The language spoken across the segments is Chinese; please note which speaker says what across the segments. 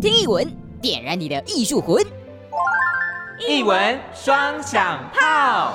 Speaker 1: 听一文，点燃你的艺术魂。
Speaker 2: 一文双响炮。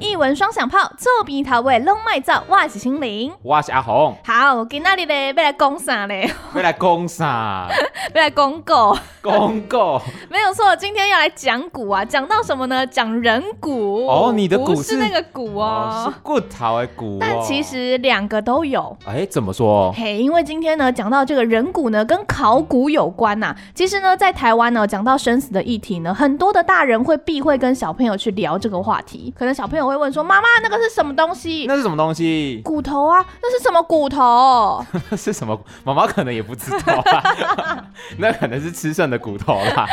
Speaker 3: 一文双响炮，臭鼻头尾拢卖走，我是心灵。
Speaker 2: 我是阿红，
Speaker 3: 好，今仔日咧 要来讲啥咧？
Speaker 2: 要来讲 啥？
Speaker 3: 要来讲狗，
Speaker 2: 公告
Speaker 3: 没有错。今天要来讲股啊，讲到什么呢？讲人骨
Speaker 2: 哦你的骨
Speaker 3: 不是
Speaker 2: 是
Speaker 3: 那个骨
Speaker 2: 哦
Speaker 3: 哦，
Speaker 2: 是骨头的骨、哦。
Speaker 3: 但其，实两个都有。
Speaker 2: 哎，怎么说？
Speaker 3: 嘿，因为今天呢讲到这个人骨呢跟考古有关呐、啊其实呢，在台湾呢讲到生死的议题呢，很多的大人会避讳跟小朋友去聊这个话题。可能小朋友会问
Speaker 2: 嗯
Speaker 3: 说：“妈妈，那个是什么东西
Speaker 2: 那是什么东？”西？
Speaker 3: 骨头啊，那是什么骨头？
Speaker 2: 那是什么？妈妈可能也不知道啊吧。 那可能是吃剩的骨头啦。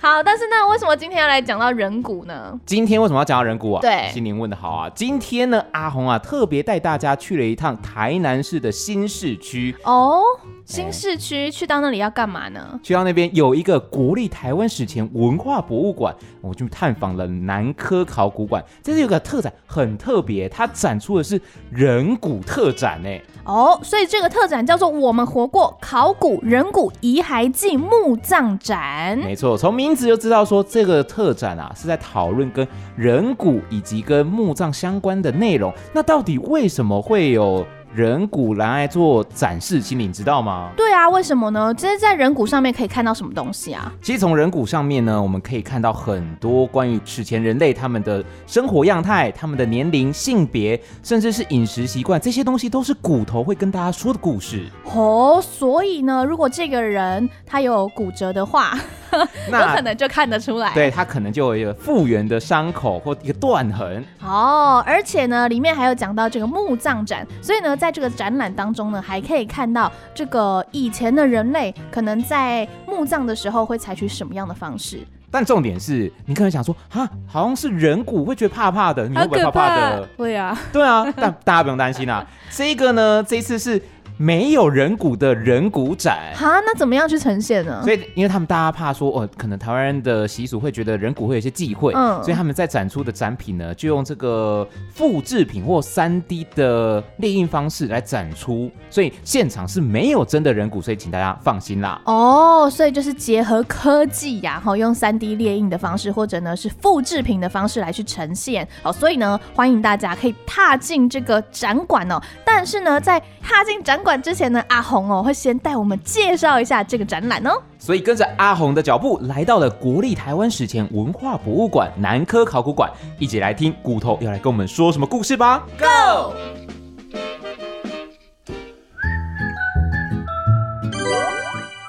Speaker 3: 好，但是呢，为什么今天要来讲到人骨呢？
Speaker 2: 今天为什么要讲到人骨啊？
Speaker 3: 对
Speaker 2: 心灵问的好啊。今天呢，阿红啊特别带大家去了一趟台南市的新市区。
Speaker 3: 哦，新市区去到那里要干嘛呢？
Speaker 2: 去到那边有一个国立台湾史前文化博物馆，我就探访了南科考古馆。这是有个特展很特别，它展出的是人骨特展欸呢。
Speaker 3: 哦，所以这个特展叫做“我们活过考古人骨遗骸暨墓葬展”。
Speaker 2: 没错，从名字就知道说这个特展啊是在讨论跟人骨以及跟墓葬相关的内容。那到底为什么会有人骨来做展示？心里你知道吗？
Speaker 3: 对啊，为什么呢？这是在人骨上面可以看到什么东西啊？
Speaker 2: 其实从人骨上面呢，我们可以看到很多关于史前人类他们的生活样态、他们的年龄、性别，甚至是饮食习惯，这些东西都是骨头会跟大家说的故事。
Speaker 3: 哦，所以呢，如果这个人他有骨折的话， 有可
Speaker 2: 那
Speaker 3: 能就看得出来。
Speaker 2: 对他可能就有一个复原的伤口或一个断痕。
Speaker 3: 哦，而且呢，里面还有讲到这个墓葬展，所以呢，在这个展览当中呢，还可以看到这个以前的人类可能在墓葬的时候会采取什么样的方式。
Speaker 2: 但重点是，你可能想说，哈，好像是人骨会觉得怕怕的，你会不会怕怕的？
Speaker 3: 会啊，
Speaker 2: 对啊，但大家不用担心啦。这个呢，这次是没有人骨的人骨展。
Speaker 3: 哈，那怎么样去呈现呢？
Speaker 2: 所以，因为他们大家怕说，哦，可能台湾人的习俗会觉得人骨会有一些忌讳，
Speaker 3: 嗯
Speaker 2: 所以他们在展出的展品呢，就用这个复制品或三 D 的列印方式来展出，所以现场是没有真的人骨，所以请大家放心啦。
Speaker 3: 哦，所以就是结合科技呀、哈，用三 D 列印的方式，或者呢是复制品的方式来去呈现哦。所以呢，欢迎大家可以踏进这个展馆哦。但是呢，在踏进展馆之前呢，阿红哦会先带我们介绍一下这个展览哦。
Speaker 2: 所以跟着阿红的脚步，来到了国立台湾史前文化博物馆南科考古馆，一起来听骨头要来跟我们说什么故事吧。
Speaker 3: Go！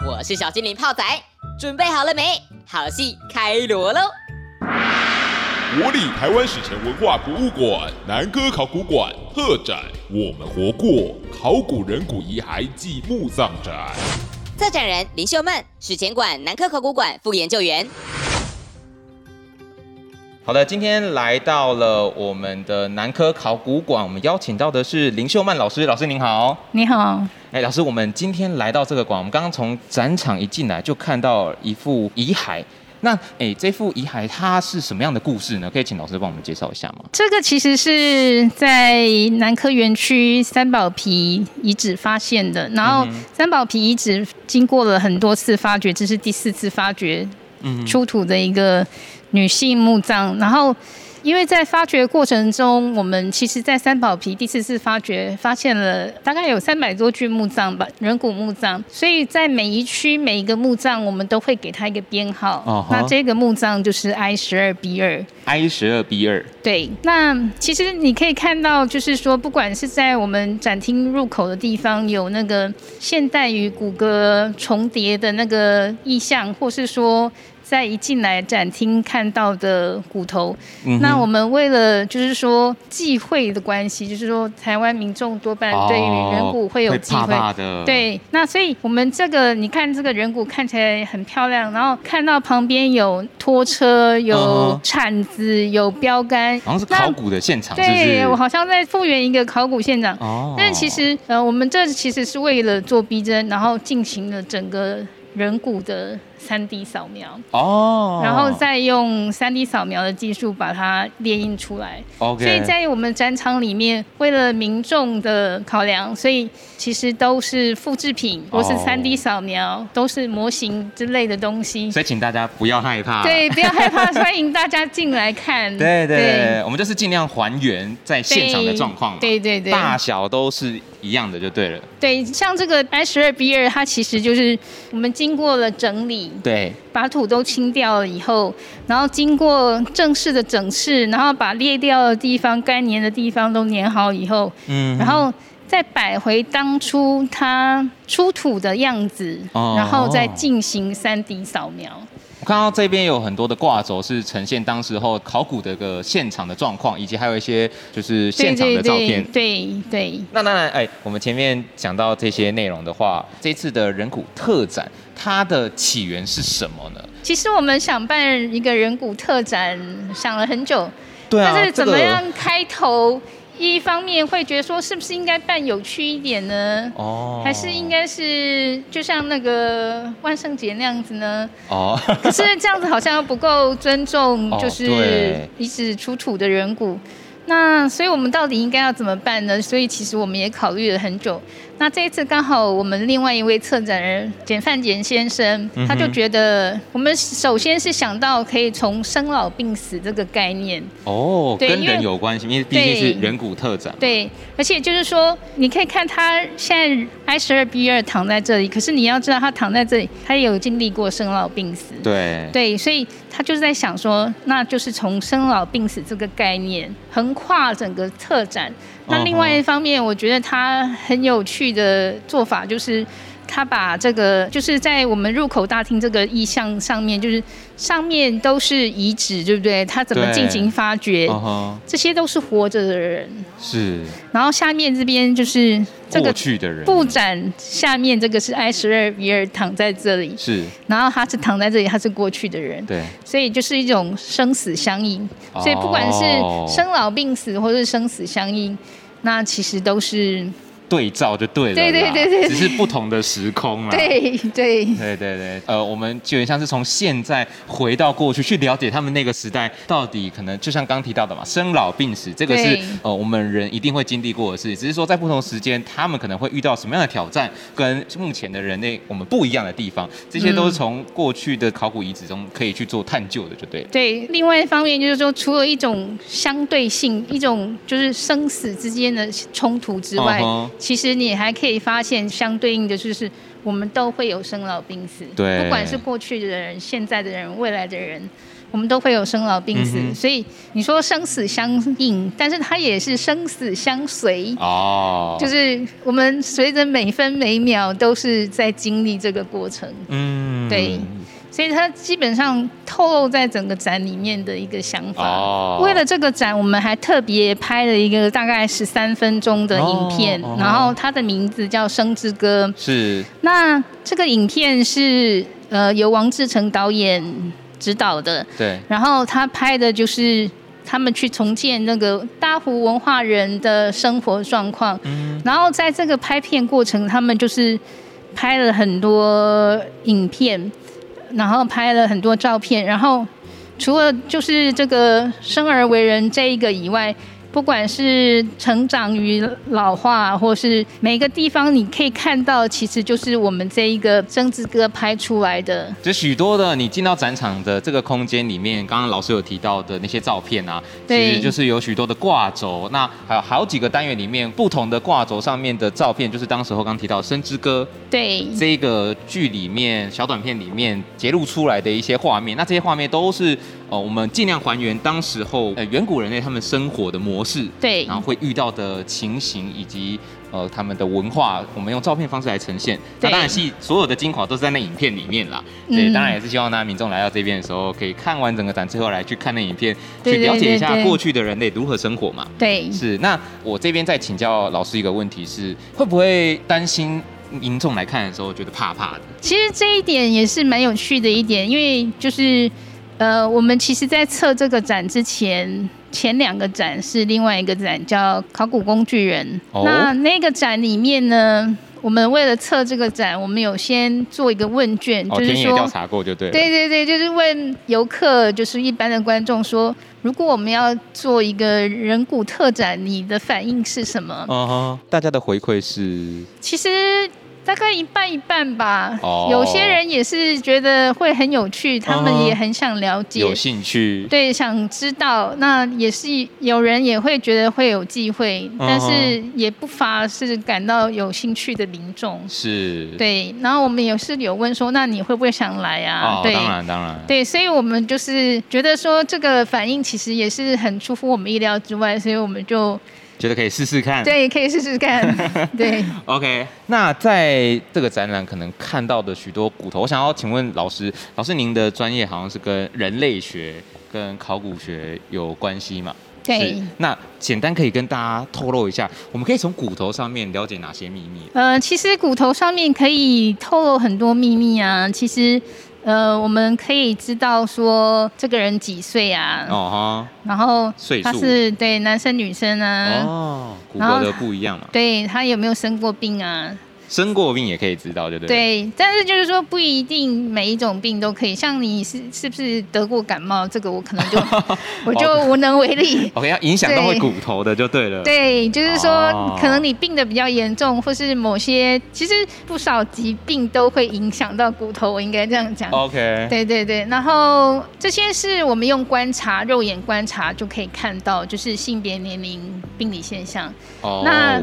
Speaker 1: 我是小精灵泡仔，准备好了没？好戏开锣喽！
Speaker 4: 国立台湾史前文化博物馆南科考古馆特展《我们活过：考古人骨遗骸暨墓葬展
Speaker 1: 策展人林秀曼，史前馆南科考古馆副研究员。
Speaker 5: 好的，今天来到了我们的南科考古馆，我们邀请到的是林秀曼老师，老师您好。
Speaker 6: 你好，
Speaker 5: 哎，老师，我们今天来到这个馆，我们刚刚从展场一进来就看到一副遗骸。那哎，这副遗骸它是什么样的故事呢？可以请老师帮我们介绍一下吗？
Speaker 6: 这个其实是在南科园区三宝皮遗址发现的，然
Speaker 5: 嗯
Speaker 6: 后三宝皮遗址经过了很多次发掘，这是第四次发掘
Speaker 5: 嗯
Speaker 6: 出土的一个女性墓葬，然后。因为在发掘过程中，我们其实，在三宝皮第四次发掘发现了大概有三百多具墓葬吧，人骨墓葬，所以在每一区每一个墓葬，我们都会给它一个编号。
Speaker 5: 哦哈
Speaker 6: 那这个墓葬就是 I 十二 B 二。
Speaker 5: ，I 十二 B 二，
Speaker 6: 对，那其实你可以看到，就是说，不管是在我们展厅入口的地方有那个现代与骨骼重叠的那个意象，或是说在一进来展厅看到的骨头，
Speaker 5: 嗯哼
Speaker 6: 那我们为了就是说忌讳的关系，就是说台湾民众多半
Speaker 2: 哦
Speaker 6: 对于人骨会有
Speaker 5: 哦
Speaker 6: 忌讳，
Speaker 5: 怕怕的，，
Speaker 6: 对，那所以我们这个，你看这个人骨看起来很漂亮，然后看到旁边有拖车、有
Speaker 5: 嗯
Speaker 6: 铲子、有标杆，
Speaker 5: 好像是考古的现场，
Speaker 6: 那。
Speaker 5: 是不是？
Speaker 6: 对，我好像在复原一个考古现场。
Speaker 5: 哦
Speaker 6: 但其实，呃，我们这其实是为了做逼真，然后进行了整个人骨的三 D 扫描，
Speaker 2: 哦，
Speaker 6: 然后再用三 D 扫描的技术把它列印出来。
Speaker 2: 哦 OK，
Speaker 6: 所以在我们展场里面，为了民众的考量，所以其实都是复制品，
Speaker 2: 哦
Speaker 6: 都是三 D 扫描，都是模型之类的东西。
Speaker 2: 所以请大家不要害怕，
Speaker 6: 对，不要害怕，欢迎大家进来看。
Speaker 2: 对对对，我们就是尽量还原在现场的状况嘛，
Speaker 6: 对对对，
Speaker 2: 大小都是一样的就对了，
Speaker 6: 对，像这个 S 二 B 二，它其实就是我们经过了整理，
Speaker 2: 对，
Speaker 6: 把土都清掉了以后，然后经过正式的整饰，然后把裂掉的地方、该粘的地方都粘好以后，
Speaker 2: 嗯
Speaker 6: 然后再摆回当初它出土的样子，
Speaker 2: 哦
Speaker 6: 然后再进行三 D 扫描。
Speaker 2: 我看到这边有很多的挂轴是呈现当时候考古的一个现场的状况，以及还有一些就是
Speaker 6: 对
Speaker 2: 现场
Speaker 6: 对
Speaker 2: 的照
Speaker 6: 对
Speaker 2: 片。
Speaker 6: 对对，
Speaker 2: 那当然，哎，我们前面讲到这些内容的话，这次的人骨特展它的起源是什么呢？
Speaker 6: 其实我们想办一个人骨特展，想了很久，
Speaker 2: 对啊
Speaker 6: 但是怎么样开头？一方面会觉得说，是不是应该办有趣一点呢？
Speaker 2: 哦
Speaker 6: 还是应该是就像那个万圣节那样子 呢？
Speaker 2: 哦，
Speaker 6: 可是这样子好像又不够尊重
Speaker 2: 哦，
Speaker 6: 就是
Speaker 2: 对
Speaker 6: 遗址出土的人骨。那所以我们到底应该要怎么办呢？所以其实我们也考虑了很久。那这一次刚好我们另外一位策展人简范简先生，
Speaker 2: 嗯哼
Speaker 6: 他就觉得我们首先是想到可以从生老病死这个概念，
Speaker 2: 哦，
Speaker 6: 对
Speaker 2: 跟
Speaker 6: 因为
Speaker 2: 人有关系，因为毕竟是
Speaker 6: 对
Speaker 2: 人骨特展。
Speaker 6: 对，而且就是说，你可以看他现在 I 十二 B 二躺在这里，可是你要知道他躺在这里，他也有经历过生老病死。
Speaker 2: 对
Speaker 6: 对，所以他就是在想说，那就是从生老病死这个概念横跨整个策展。
Speaker 2: 嗯
Speaker 6: 那另外一方面，我觉得他很有趣的做法就是。他把这个就是在我们入口大厅这个意向上面，就是上面都是遗址，对不对？他怎么
Speaker 2: 对
Speaker 6: 进行发掘？
Speaker 2: 哦吼，
Speaker 6: 这些都是活着的人，
Speaker 2: 是
Speaker 6: 然后下面这边就是这
Speaker 2: 过
Speaker 6: 个
Speaker 2: 去的人
Speaker 6: 布展下面这个是 I 十二比尔躺在这里，
Speaker 2: 是，
Speaker 6: 然后他是躺在这里，他是过去的人，
Speaker 2: 对，
Speaker 6: 所以就是一种生死相依。所以不管是
Speaker 2: 哦
Speaker 6: 生老病死或是生死相依，那其实都是
Speaker 2: 对照就对了啦，
Speaker 6: 对对对对对
Speaker 2: 只是不同的时空啦。
Speaker 6: 对对
Speaker 2: 对对对，呃，我们就有点像是从现在回到过去，去了解他们那个时代到底可能，就像刚提到的嘛，生老病死，这个是
Speaker 6: 对
Speaker 2: 呃我们人一定会经历过的事情，只是说在不同时间，他们可能会遇到什么样的挑战，跟目前的人类我们不一样的地方，这些都是从过去的考古遗址中可以去做探究的，就对了。
Speaker 6: 对。另外一方面就是说，除了一种相对性，一种就是生死之间的冲突之外
Speaker 2: 嗯哼
Speaker 6: 其实你还可以发现相对应的就是。我们都会有生老病死，
Speaker 2: 对
Speaker 6: 不管是过去的人、现在的人、未来的人，我们都会有生老病死。
Speaker 2: 嗯哼
Speaker 6: 所以你说生死相应，但是它也是生死相随。
Speaker 2: 哦，
Speaker 6: 就是我们随着每分每秒都是在经历这个过程，
Speaker 2: 嗯
Speaker 6: 对所以它基本上透露在整个展里面的一个想法。
Speaker 2: 哦
Speaker 6: 为了这个展，我们还特别拍了一个大概十三分钟的影片，
Speaker 2: 哦哦
Speaker 6: 然后它的名字叫《生之歌》。
Speaker 2: 是
Speaker 6: 那这个影片是呃由王志成导演指导的，
Speaker 2: 对
Speaker 6: 然后他拍的就是他们去重建那个大湖文化人的生活状况。然后在这个拍片过程，他们就是拍了很多影片，然后拍了很多照片，然后除了就是这个生而为人这一个以外。不管是成长与老化，或是每个地方，你可以看到，其实就是我们这一个曾之哥拍出来的
Speaker 2: 就许多的你进到展场的这个空间里面，刚刚老师有提到的那些照片啊，其
Speaker 6: 对
Speaker 2: 实就是有许多的挂轴，那还有好几个单元里面不同的挂轴上面的照片，就是当时候刚提到《生之歌
Speaker 6: 对》
Speaker 2: 这个剧里面小短片里面截录出来的一些画面，那这些画面都是呃我们尽量还原当时候呃远古人类他们生活的模式，
Speaker 6: 对
Speaker 2: 然后会遇到的情形以及呃他们的文化，我们用照片方式来呈现。那
Speaker 6: 对
Speaker 2: 当然是所有的精华都是在那影片里面啦。
Speaker 6: 嗯
Speaker 2: 对，当然也是希望大家民众来到这边的时候，可以看完整个展之后来去看那影片，
Speaker 6: 对
Speaker 2: 去了解一
Speaker 6: 对嗯
Speaker 2: 下
Speaker 6: 对对
Speaker 2: 过去的人类如何生活嘛。
Speaker 6: 对，
Speaker 2: 是，那我这边再请教老师一个问题是，会不会担心民众来看的时候觉得怕怕的？
Speaker 6: 其实这一点也是蛮有趣的一点，因为就是呃，我们其实，在测这个展之前，前两个展是另外一个展叫考古工具人。
Speaker 2: 哦
Speaker 6: 那那个展里面呢，我们为了测这个展，我们有先做一个问卷，
Speaker 2: 哦，
Speaker 6: 嗯就
Speaker 2: 田
Speaker 6: 是
Speaker 2: 野调
Speaker 6: 说，
Speaker 2: 查过就对了。
Speaker 6: 对对对，就是问游客，就是一般的观众说，如果我们要做一个人骨特展，你的反应是什么？
Speaker 2: 嗯哼，大家的回馈是
Speaker 6: 其实大概一半一半吧。
Speaker 2: 哦
Speaker 6: 有些人也是觉得会很有趣，他
Speaker 2: 嗯
Speaker 6: 们
Speaker 2: 哼
Speaker 6: 也很想了解，
Speaker 2: 有兴趣，
Speaker 6: 对，想知道。那也是有人也会觉得会有忌讳，
Speaker 2: 嗯哼
Speaker 6: 但是也不乏是感到有兴趣的民众。
Speaker 2: 是，
Speaker 6: 对，然后我们也是有问说，那你会不会想来啊？
Speaker 2: 哦，
Speaker 6: 对。
Speaker 2: 当然当然，
Speaker 6: 对，所以我们就是觉得说这个反应其实也是很出乎我们意料之外，所以我们就
Speaker 2: 觉得可以试试看。
Speaker 6: 对可以试试 看，对。
Speaker 2: OK，那在这个展览可能看到的许多骨头，我想要请问老师，老师您的专业好像是跟人类学、跟考古学有关系嘛？
Speaker 6: 对
Speaker 2: 是。那简单可以跟大家透露一下，我们可以从骨头上面了解哪些秘密？
Speaker 6: 呃，其实骨头上面可以透露很多秘密啊。其实，呃，我们可以知道说这个人几岁啊，
Speaker 2: 哦
Speaker 6: 然后
Speaker 2: 岁
Speaker 6: 他
Speaker 2: 数
Speaker 6: 是对男生女生
Speaker 2: 哈，
Speaker 6: 啊，
Speaker 2: 哦，骨
Speaker 6: 然后
Speaker 2: 骼的不一样嘛，
Speaker 6: 对他有没有生过病啊？
Speaker 2: 生过病也可以知道，对不对？
Speaker 6: 对，但是就是说不一定每一种病都可以。像你是是不是得过感冒？这个我可能 就我就无能为力。
Speaker 2: OK，要影响到会
Speaker 6: 对
Speaker 2: 骨头的就对了。
Speaker 6: 对，就是
Speaker 2: 哦
Speaker 6: 说，可能你病得比较严重，或是某些其实不少疾病都会影响到骨头，我应该这样
Speaker 2: 哦
Speaker 6: 讲。
Speaker 2: ，OK，
Speaker 6: 对对对，然后这些是我们用观察、肉眼观察就可以看到，就是性别、年龄、病理现象。
Speaker 2: 哦
Speaker 6: 那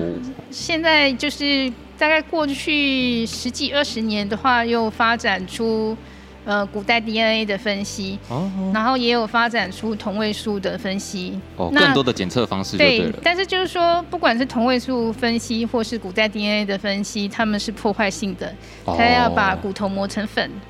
Speaker 6: 现在就是大概过去十几二十年的话，又发展出呃古代 DNA 的分析，
Speaker 2: 哦
Speaker 6: 然后也有发展出同位素的分析。
Speaker 2: 哦，
Speaker 6: 那
Speaker 2: 更多的检测方式就对了。
Speaker 6: 但是就是说，不管是同位素分析或是古代 DNA 的分析，他们是破坏性的，
Speaker 2: 哦
Speaker 6: 他要把骨头磨成粉。
Speaker 2: 哦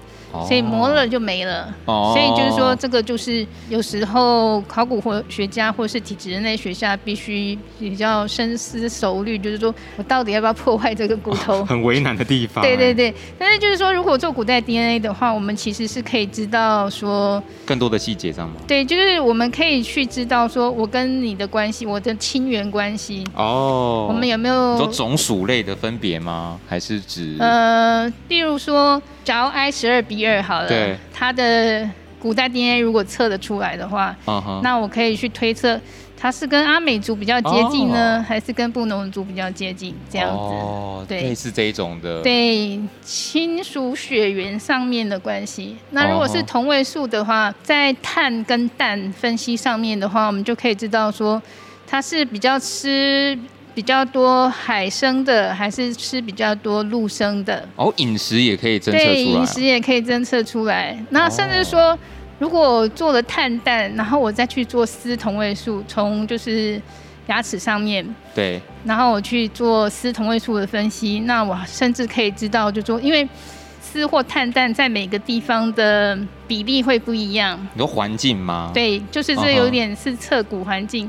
Speaker 6: 所以磨了就没了。
Speaker 2: 哦？
Speaker 6: 所以就是说，这个就是有时候考古或学家或是体质人类学家必须比较深思熟虑，就是说我到底要不要破坏这个骨头
Speaker 2: 很为难的地方。
Speaker 6: 对对，对，但是就是说，如果做古代 DNA 的话，我们其实是可以知道说，
Speaker 2: 更多的细节上吗？
Speaker 6: 对，就是我们可以去知道说我跟你的关系，我的亲缘关系，
Speaker 2: 哦，
Speaker 6: 我们有没
Speaker 2: 你说
Speaker 6: 有
Speaker 2: 种属类的分别吗？还是指
Speaker 6: 呃，例如说，假如 I 十二 B 二好了，
Speaker 2: 对
Speaker 6: 它的古代 DNA 如果测得出来的话，
Speaker 2: 嗯哼
Speaker 6: 那我可以去推测它是跟阿美族比较接近呢，
Speaker 2: 哦
Speaker 6: 还是跟布农族比较接近这样子？
Speaker 2: 哦，
Speaker 6: 对
Speaker 2: 类似这一种的。，
Speaker 6: 对亲属血缘上面的关系，那如果
Speaker 2: 哦
Speaker 6: 是同位素的话，在碳跟氮分析上面的话，我们就可以知道说它是比较吃比较多海生的，还是吃比较多陆生的。
Speaker 2: 哦，饮食也可以侦测
Speaker 6: 对，
Speaker 2: 出来
Speaker 6: 饮食
Speaker 2: 哦。
Speaker 6: 也可以侦测出来。那甚至说，如果我做了碳氮，然后我再去做丝同位素，从就是牙齿上面，
Speaker 2: 对，
Speaker 6: 然后我去做丝同位素的分析，那我甚至可以知道，就说因为丝或碳氮在每个地方的比例会不一样。
Speaker 2: 你说环境吗？，
Speaker 6: 对，就是
Speaker 2: 嗯哼
Speaker 6: 这有点是测骨环境，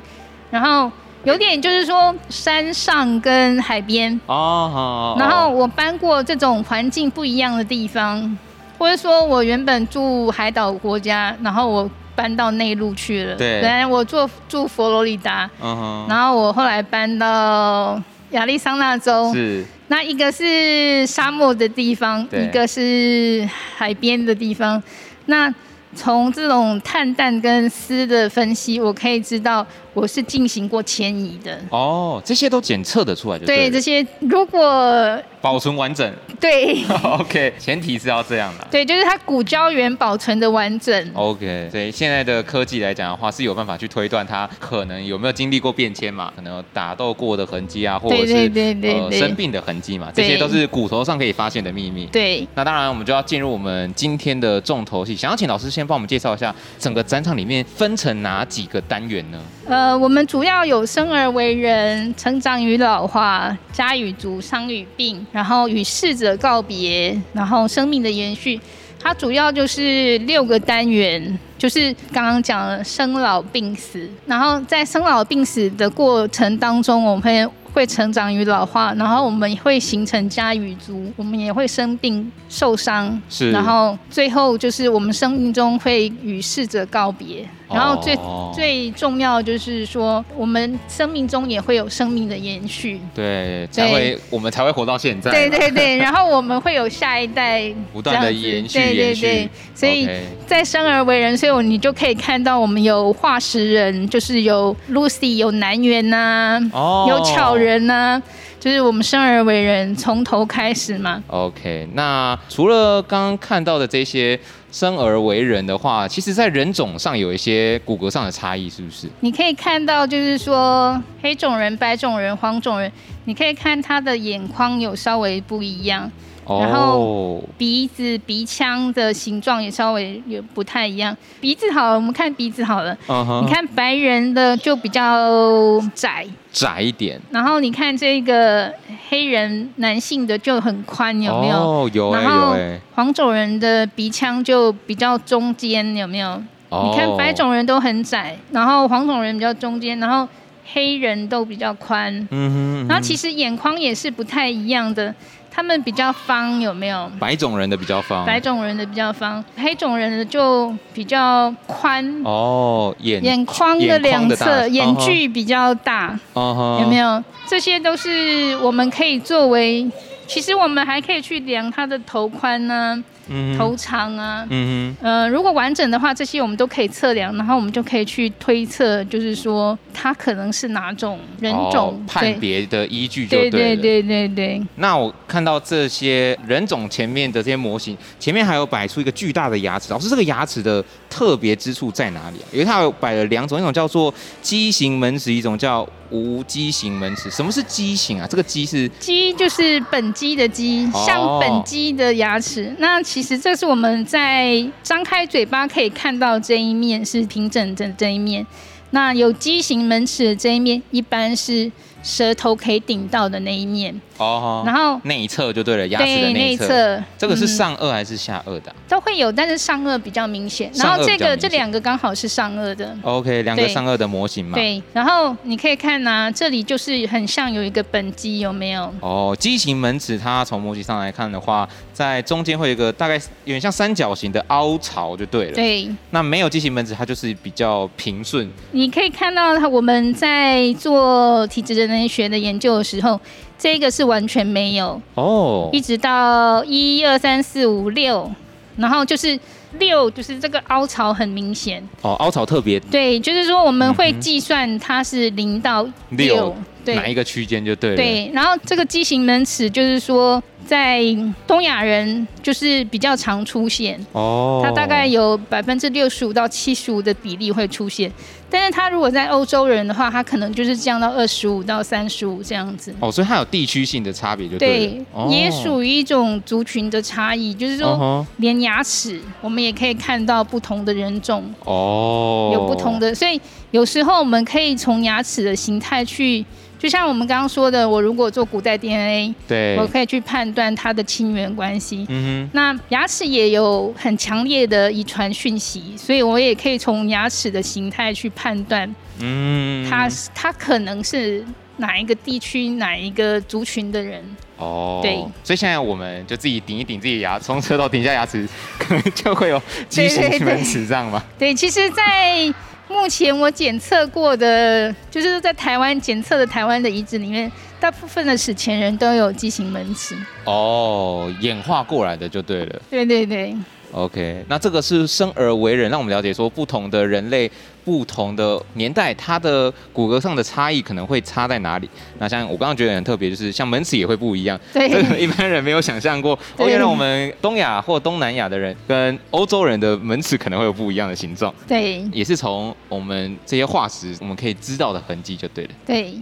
Speaker 6: 然后有点就是说山上跟海边。
Speaker 2: 哦，好。
Speaker 6: 然后
Speaker 2: 哦
Speaker 6: 我搬过这种环境不一样的地方，或者说我原本住海岛国家，然后我搬到内陆去了。
Speaker 2: 对
Speaker 6: 本来我住住佛罗里达，
Speaker 2: 嗯哼，
Speaker 6: 然后我后来搬到亚利桑那州。
Speaker 2: 是
Speaker 6: 那一个是沙漠的地方，
Speaker 2: 对
Speaker 6: 一个是海边的地方。那从这种碳氮跟丝的分析，我可以知道我是进行过迁移的。
Speaker 2: 哦，这些都检测得出来就
Speaker 6: 对
Speaker 2: 了
Speaker 6: 这些，如果
Speaker 2: 保存完整。
Speaker 6: 对
Speaker 2: OK，前提是要这样啦。
Speaker 6: 对，就是它骨胶原保存的完整。
Speaker 2: OK，所以现在的科技来讲的话，是有办法去推断它可能有没有经历过变迁嘛，可能有打斗过的痕迹啊，或者是
Speaker 6: 对对对对
Speaker 2: 呃
Speaker 6: 对
Speaker 2: 生病的痕迹嘛，这
Speaker 6: 对
Speaker 2: 些都是骨头上可以发现的秘密。
Speaker 6: 对，
Speaker 2: 那当然，我们就要进入我们今天的重头戏，想要请老师先帮我们介绍一下整个展场里面分成哪几个单元呢？
Speaker 6: 呃，我们主要有生而为人、成长与老化、家与族、伤与病，然后与逝者告别，然后生命的延续。它主要就是六个单元，就是刚刚讲了生老病死，然后在生老病死的过程当中，我们会会成长与老化，然后我们会形成家与族，我们也会生病受伤，
Speaker 2: 是
Speaker 6: 然后最后就是我们生命中会与逝者告别，然后最、
Speaker 2: 哦
Speaker 6: 最重要就是说，我们生命中也会有生命的延续。
Speaker 2: 对，才会我们才会活到现在嘛。
Speaker 6: 对对对，然后我们会有下一代
Speaker 2: 不断地
Speaker 6: 这样子
Speaker 2: 延续
Speaker 6: 对对
Speaker 2: 延续
Speaker 6: 对，所以
Speaker 2: OK
Speaker 6: 在生而为人，所以我你就可以看到我们有化石人，就是有 Lucy，有南猿呐、
Speaker 2: 哦
Speaker 6: 有巧人呐、就是我们生而为人，从头开始嘛。
Speaker 2: OK，那除了刚刚看到的这些生而为人的话，其实在人种上有一些骨骼上的差异，是不是？
Speaker 6: 你可以看到，就是说黑种人、白种人、黄种人，你可以看他的眼眶有稍微不一样，然后鼻子、鼻腔的形状也稍微有不太一样。鼻子好了，我们看鼻子好了。
Speaker 2: 嗯哼
Speaker 6: 你看白人的就比较窄，
Speaker 2: 窄一点，
Speaker 6: 然后你看这个黑人男性的就很宽，有没有？
Speaker 2: 哦，有哎、
Speaker 6: 然
Speaker 2: 有
Speaker 6: 后
Speaker 2: 哎、
Speaker 6: 黄种人的鼻腔就比较中间，有没有？
Speaker 2: 哦
Speaker 6: 你看白种人都很窄，然后黄种人比较中间，然后黑人都比较宽，
Speaker 2: 嗯哼，嗯哼
Speaker 6: 然后其实眼眶也是不太一样的，他们比较方，有没有？
Speaker 2: 白种人的比较方，
Speaker 6: 白种人的比较方，黑种人的就比较宽，
Speaker 2: 哦，眼
Speaker 6: 眼眶的
Speaker 2: 眼
Speaker 6: 两
Speaker 2: 眶的大啊
Speaker 6: 侧眼距比较大，
Speaker 2: 嗯哼
Speaker 6: 有没？有？这些都是我们可以作为，其实我们还可以去量他的头宽呢、
Speaker 2: 嗯哼
Speaker 6: 头，长啊。
Speaker 2: 嗯
Speaker 6: 呃，如果完整的话，这些我们都可以测量，然后我们就可以去推测，就是说他可能是哪种
Speaker 2: 哼，
Speaker 6: 人
Speaker 2: 哦
Speaker 6: 种、
Speaker 2: 判别的依据就
Speaker 6: 对
Speaker 2: 对
Speaker 6: 对
Speaker 2: 了
Speaker 6: 对对对，
Speaker 2: 那我看到这些人种前面的这些模型，前面还有摆出一个巨大的牙齿。老师，这个牙齿的特别之处在哪里啊？因为它有摆了两种，一种叫做畸形门齿，一种叫无畸形门齿。什么是畸形啊？这个畸是
Speaker 6: 鸡就是本鸡的鸡，
Speaker 2: 哦
Speaker 6: 像本鸡的牙齿。那其实这是我们在张开嘴巴可以看到这一面是平整的这一面，那有畸形门齿的这一面一般是舌头可以顶到的那一面，
Speaker 2: 哦，
Speaker 6: 然后
Speaker 2: 内侧就对了，牙齿的内
Speaker 6: 对内
Speaker 2: 侧。
Speaker 6: 侧
Speaker 2: 这个是
Speaker 6: 嗯
Speaker 2: 上颚还是下颚的啊、
Speaker 6: 都会有，但是上颚比较明显。然
Speaker 2: 上颚
Speaker 6: 后这
Speaker 2: 比较明
Speaker 6: 个
Speaker 2: 显哦
Speaker 6: 这两个刚好是上颚的。
Speaker 2: OK，两个
Speaker 6: 对
Speaker 2: 上颚的模型嘛。。
Speaker 6: 嗯对，然后你可以看呐、这里就是很像有一个本鸡，有没有？
Speaker 2: 哦，畸形门齿它从模型上来看的话，在中间会有一个大概有点像三角形的凹槽就对了。
Speaker 6: 对，
Speaker 2: 那没有畸形门齿，它就是比较平顺。
Speaker 6: 你可以看到它，我们在做体质人类学的研究的时候，这个是完全没有，
Speaker 2: 哦
Speaker 6: 一直到一二三四五六，然后就是六，就是这个凹槽很明显。
Speaker 2: 哦，凹槽特别
Speaker 6: 对，就是说我们会计算它是零到
Speaker 2: 嗯六
Speaker 6: 六，
Speaker 2: 哪一
Speaker 6: 对
Speaker 2: 个区间就对了。，
Speaker 6: 对。然后这个畸形门齿就是说，在东亚人就是比较常出现。
Speaker 2: 哦，
Speaker 6: 它大概有百分之六十五到七十五的比例会出现，但是它如果在欧洲人的话，它可能就是降到二十五到三十五这样子。
Speaker 2: 哦，所以它有地区性的差别就对
Speaker 6: 对
Speaker 2: 了。哦，
Speaker 6: 也属于一种族群的差异，就是
Speaker 2: 嗯
Speaker 6: 说，
Speaker 2: 哼
Speaker 6: 连牙齿我们也可以看到不同的人种
Speaker 2: 哦，
Speaker 6: 有不同
Speaker 2: 的
Speaker 6: 的，所以有时候我们可以从牙齿的形态去，就像我们刚刚说的，我如果做古代 DNA，
Speaker 2: 对
Speaker 6: 我。可以去判断它的亲缘关系。
Speaker 2: 嗯
Speaker 6: 那牙齿也有很强烈的遗传讯息，所以我也可以从牙齿的形态去判断
Speaker 2: 哼，嗯，
Speaker 6: 它、它可能是哪一个地区、哪一个族群的人。
Speaker 2: 哦，
Speaker 6: 对
Speaker 2: 所以现在我们就自己顶一顶自己的牙，从舌头顶一下牙齿，可能就会有畸形
Speaker 6: 对对对
Speaker 2: 门齿这样嘛。
Speaker 6: 对，其实，在目前我检测过的，就是在台湾检测的台湾的遗址里面，大部分的史前人都有畸形门齿。
Speaker 2: 哦，演化过来的就对了。
Speaker 6: 对对对，
Speaker 2: OK，那这个是生而为人，让我们了解说不同的人类、不同的年代，它的骨骼上的差异可能会差在哪里。那像我刚刚觉得很特别，就是像门齿也会不一样，
Speaker 6: 对
Speaker 2: 这个一般人没有想象过。哦，
Speaker 6: 对
Speaker 2: 原来我们东亚或东南亚的人跟欧洲人的门齿可能会有不一样的形状，
Speaker 6: 对
Speaker 2: 也是从我们这些化石我们可以知道的痕迹就对了。
Speaker 6: 对。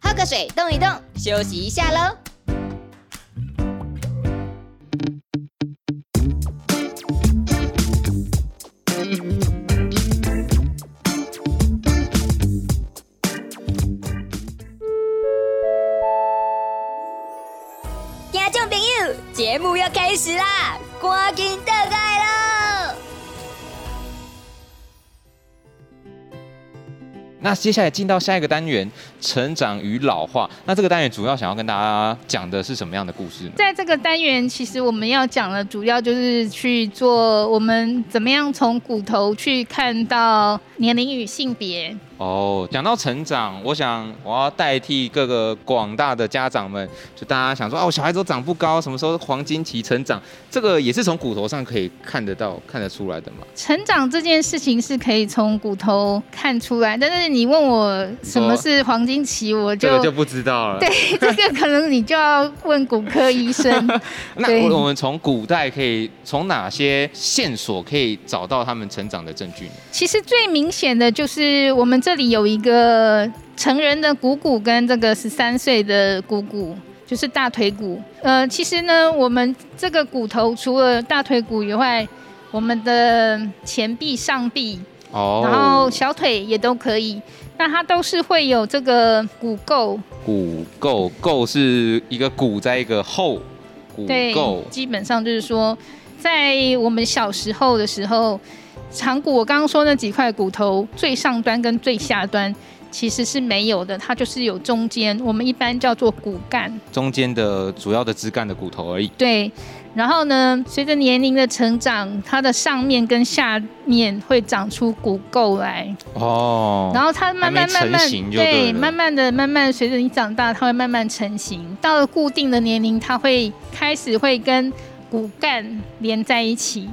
Speaker 1: 喝个水，动一动，休息一下喽。听众朋友，节目要开始啦，赶紧倒来喽！
Speaker 2: 那接下来进到下一个单元——成长与老化。那这个单元主要想要跟大家讲的是什么样的故事呢？
Speaker 6: 在这个单元，其实我们要讲的主要就是去做我们怎么样从骨头去看到年龄与性别。
Speaker 2: 哦，讲到成长，我想我要代替各个广大的家长们，就大家想说啊，我小孩子都长不高，什么时候黄金期成长？这个也是从骨头上可以看得到、看得出来的嘛。
Speaker 6: 成长这件事情是可以从骨头看出来，但是你问我什么是黄金期，我
Speaker 2: 这
Speaker 6: 就
Speaker 2: 个就不知道了。
Speaker 6: 对 这个可能啊你就要问骨科医生。
Speaker 2: 那
Speaker 6: 对
Speaker 2: 我我们从古代可以从哪些线索可以找到他们成长的证据呢？
Speaker 6: 其实最明显的就是我们这里有一个成人的股骨跟这个十三岁的股骨。就是大腿骨，呃，其实呢，我们这个骨头除了大腿骨以外，我们的前臂、上臂，
Speaker 2: 哦
Speaker 6: 然后小腿也都可以，那它都是会有这个骨垢，
Speaker 2: 骨垢垢是一个骨在一个后骨
Speaker 6: 对
Speaker 2: 垢，
Speaker 6: 基本上就是说，在我们小时候的时候，长骨我刚刚说那几块骨头最上端跟最下端其实是没有的，它就是有中间，我们一般叫做骨干。
Speaker 2: 中间的主要的枝干的骨头而已。
Speaker 6: 对，然后呢，随着年龄的成长，它的上面跟下面会长出骨垢来，
Speaker 2: 哦
Speaker 6: 然后它慢慢
Speaker 2: 还
Speaker 6: 慢
Speaker 2: 没
Speaker 6: 慢
Speaker 2: 成型就对
Speaker 6: 对，
Speaker 2: 了
Speaker 6: 慢慢的慢慢随着你长大，它会慢慢成型。到了固定的年龄，它会开始会跟骨干连在一起，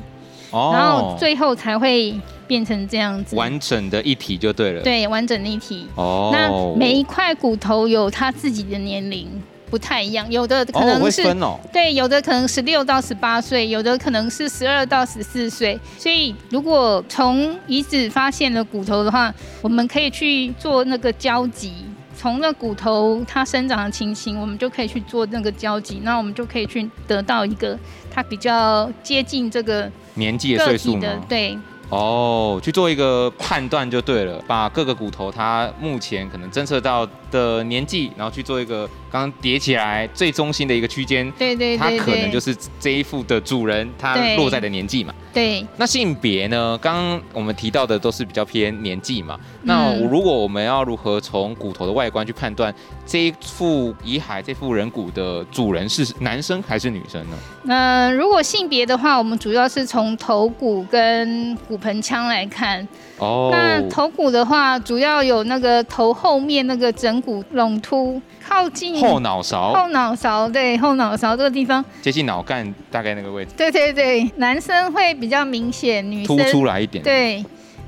Speaker 2: 哦
Speaker 6: 然后最后才会变成这样子，
Speaker 2: 完整的一体就对了。。
Speaker 6: 对完整立体。
Speaker 2: 哦，
Speaker 6: 那每一块骨头有它自己的年龄不太一样，有的可
Speaker 2: 哦会
Speaker 6: 能是、
Speaker 2: 分哦，
Speaker 6: 对，有的可能十六到十八岁，有的可能是十二到十四岁。所以，如果从遗址发现了骨头的话，我们可以去做那个交集。从那骨头它生长的情形，我们就可以去做那个交集，那我们就可以去得到一个它比较接近这个
Speaker 2: 年纪的
Speaker 6: 个
Speaker 2: 岁
Speaker 6: 体
Speaker 2: 数
Speaker 6: 的
Speaker 2: 吗？
Speaker 6: 对
Speaker 2: 哦，去做一个判断就对了，把各个骨头它目前可能侦测到的年纪，然后去做一个刚刚叠起来最中心的一个区间，
Speaker 6: 对对
Speaker 2: 它
Speaker 6: 对
Speaker 2: 可能
Speaker 6: 对，
Speaker 2: 就是这一副的主人他
Speaker 6: 对
Speaker 2: 落在的年纪嘛。
Speaker 6: 对
Speaker 2: 那性别呢？刚刚我们提到的都是比较偏年纪嘛。那
Speaker 6: 嗯
Speaker 2: 如果我们要如何从骨头的外观去判断这一副遗骸、这副人骨的主人是男生还是女生呢？
Speaker 6: 那如果性别的话，我们主要是从头骨跟骨盆腔来看。
Speaker 2: 哦，
Speaker 6: 那头骨的话，主要有那个头后面那个枕骨隆突，靠近
Speaker 2: 后脑勺
Speaker 6: 后脑勺，对后脑勺这个地方，
Speaker 2: 接近脑干大概那个位置，
Speaker 6: 对对对，男生会比较明显，女
Speaker 2: 凸
Speaker 6: 生
Speaker 2: 出来一点。，
Speaker 6: 对，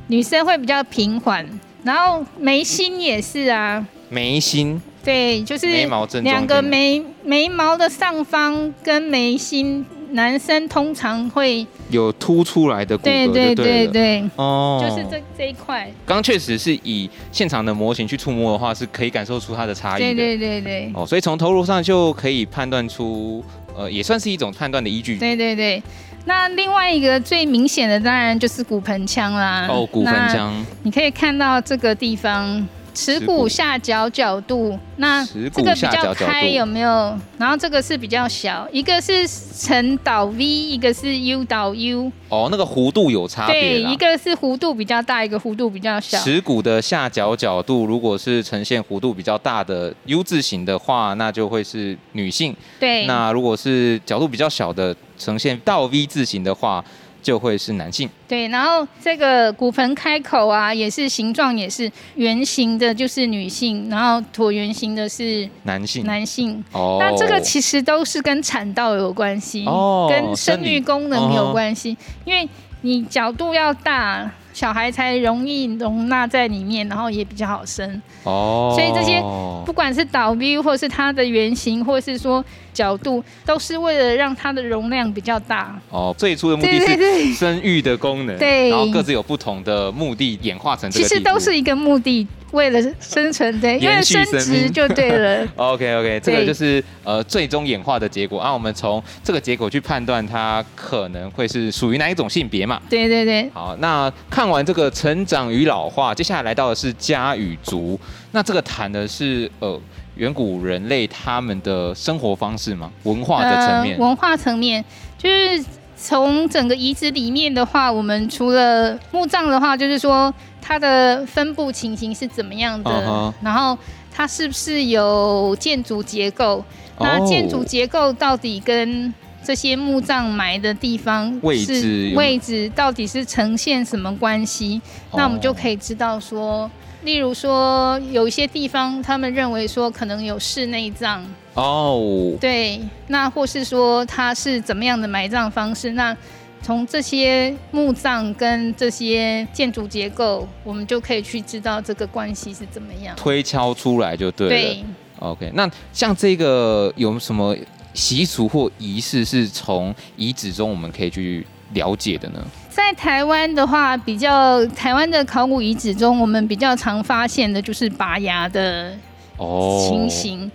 Speaker 6: 女生会比较平缓。然后眉心也是啊，
Speaker 2: 眉心、
Speaker 6: 对，就是
Speaker 2: 眉毛正中间
Speaker 6: 两个眉眉毛的上方跟眉心，男生通常会
Speaker 2: 有凸出来的骨骼
Speaker 6: 对
Speaker 2: 就
Speaker 6: 对
Speaker 2: 对
Speaker 6: 对
Speaker 2: 了。
Speaker 6: 对，
Speaker 2: 哦，
Speaker 6: 就是这这一块，
Speaker 2: 刚确实是以现场的模型去触摸的话，是可以感受出它的差异的。
Speaker 6: 对对对对。
Speaker 2: 哦，所以从头颅上就可以判断出，呃，也算是一种判断的依据。
Speaker 6: 对对对，那另外一个最明显的当然就是骨盆腔啦。
Speaker 2: 哦，骨盆，腔、
Speaker 6: 你可以看到这个地方耻
Speaker 2: 耻骨
Speaker 6: 骨下角角度，那
Speaker 2: 耻骨
Speaker 6: 这个比
Speaker 2: 下角
Speaker 6: 较
Speaker 2: 角
Speaker 6: 开
Speaker 2: 度
Speaker 6: 有没有？然后这个是比较小，一个是呈倒 V，一个是 U 倒 U，
Speaker 2: 哦，那个弧度有差别
Speaker 6: 对，
Speaker 2: 啦
Speaker 6: 一。个是弧度比较大，一个弧度比较小。
Speaker 2: 耻骨的下角角度，如果是呈现弧度比较大的 U 字形的话，那就会是女性；
Speaker 6: 对，
Speaker 2: 那如果是角度比较小的，呈现倒 V 字形的话，就会是男性。
Speaker 6: 对，然后这个骨盆开口啊，也是形状也是圆形的，就是女性，然后椭圆形的是
Speaker 2: 男性。
Speaker 6: 男性。
Speaker 2: 哦
Speaker 6: 那这个其实都是跟产道有关系，
Speaker 2: 哦
Speaker 6: 跟生
Speaker 2: 生理
Speaker 6: 育功能
Speaker 2: 嗯哼
Speaker 6: 有关系，因为你角度要大，小孩才容易容纳在里面，然后也比较好生。
Speaker 2: 哦，
Speaker 6: 所以这些不管是倒 V 或是它的圆形，或是说角度，都是为了让它的容量比较大。
Speaker 2: 哦，最初的目的
Speaker 6: 对
Speaker 2: 是
Speaker 6: 对对，
Speaker 2: 生育的功能，
Speaker 6: 对
Speaker 2: 然后各自有不同的目的演化成这
Speaker 6: 其
Speaker 2: 个地
Speaker 6: 实
Speaker 2: 步。
Speaker 6: 都是一个目的，为了生存，对，为
Speaker 2: 延
Speaker 6: 了
Speaker 2: 续
Speaker 6: 升
Speaker 2: 生命
Speaker 6: 值就对了。
Speaker 2: OK OK，这个
Speaker 6: 对
Speaker 2: 就是呃最终演化的结果啊。我们从这个结果去判断它可能会是属于哪一种性别嘛。
Speaker 6: 对对对，
Speaker 2: 好，那看完这个成长与老化，接下来来到的是家与族。那这个谈的是呃远古人类他们的生活方式吗？文化的层面。
Speaker 6: 呃、文化层面就是。从整个遗址里面的话，我们除了墓葬的话，就是说它的分布情形是怎么样的
Speaker 2: 嗯哼
Speaker 6: 然后它是不是有建筑结构那
Speaker 2: 哦
Speaker 6: 建筑结构到底跟这些墓葬埋的地方
Speaker 2: 位
Speaker 6: 是
Speaker 2: 置有
Speaker 6: 位置到底是呈现什么关系？那我们
Speaker 2: 哦
Speaker 6: 就可以知道说，例如说有一些地方他们认为说可能有室内葬，
Speaker 2: 哦，
Speaker 6: 对，那或是说它是怎么样的埋葬方式？那从这些墓葬跟这些建筑结构，我们就可以去知道这个关系是怎么样。
Speaker 2: 推敲出来就对了。
Speaker 6: 对，
Speaker 2: OK，那像这个有什么习俗或仪式是从遗址中我们可以去了解的呢？
Speaker 6: 在台湾的话，比较台湾的考古遗址中，我们比较常发现的就是拔牙的
Speaker 2: 哦
Speaker 6: 情形。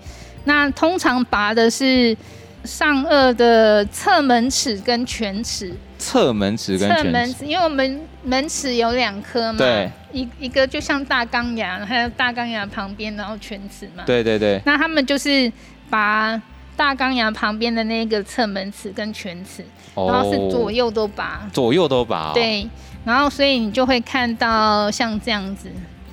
Speaker 6: 那通常拔的是上颚的侧门齿跟全齿，
Speaker 2: 侧门齿跟
Speaker 6: 侧
Speaker 2: 全
Speaker 6: 门
Speaker 2: 齿，
Speaker 6: 齿，因为我们门齿有两颗嘛，
Speaker 2: 对，
Speaker 6: 一一个就像大钢牙，还有大钢牙旁边，然后全齿嘛，。
Speaker 2: 对对对，
Speaker 6: 那他们就是拔大钢牙旁边的那个侧门齿跟全齿，
Speaker 2: 哦
Speaker 6: 然后是左右都拔，
Speaker 2: 左右都哦拔、，
Speaker 6: 对，然后所以你就会看到像这样子，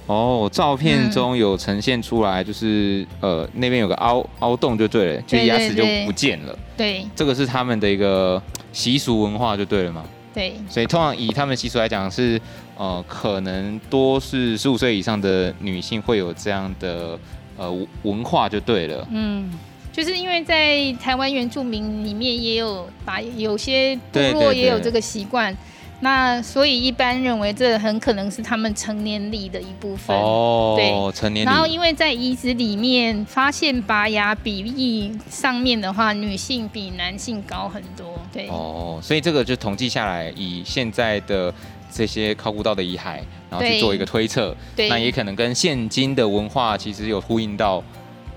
Speaker 2: 哦，照片
Speaker 6: 嗯
Speaker 2: 中有呈现出来，就是、呃那边有个凹凹洞就对了，就是牙齿就
Speaker 6: 对对
Speaker 2: 不见了。
Speaker 6: 对
Speaker 2: 这个是他们的一个习俗文化就对了嘛。
Speaker 6: 对
Speaker 2: 所以通常以他们习俗来讲是，呃，可能多是十五岁以上的女性会有这样的呃文文化就对了。
Speaker 6: 嗯，就是因为在台湾原住民里面也有把有些部
Speaker 2: 对
Speaker 6: 落
Speaker 2: 对
Speaker 6: 也有
Speaker 2: 对
Speaker 6: 这个习惯，那所以一般认为这很可能是他们成年礼的一部分。
Speaker 2: 哦，
Speaker 6: 对
Speaker 2: 成年
Speaker 6: 然后，
Speaker 2: 礼
Speaker 6: 因为在遗址里面发现拔牙比例上面的话，女性比男性高很多。对，
Speaker 2: 哦，所以这个就统计下来，以现在的这些考古到的遗骸，然后去
Speaker 6: 对
Speaker 2: 做一个推测，
Speaker 6: 对
Speaker 2: 那也可能跟现今的文化其实有呼应到的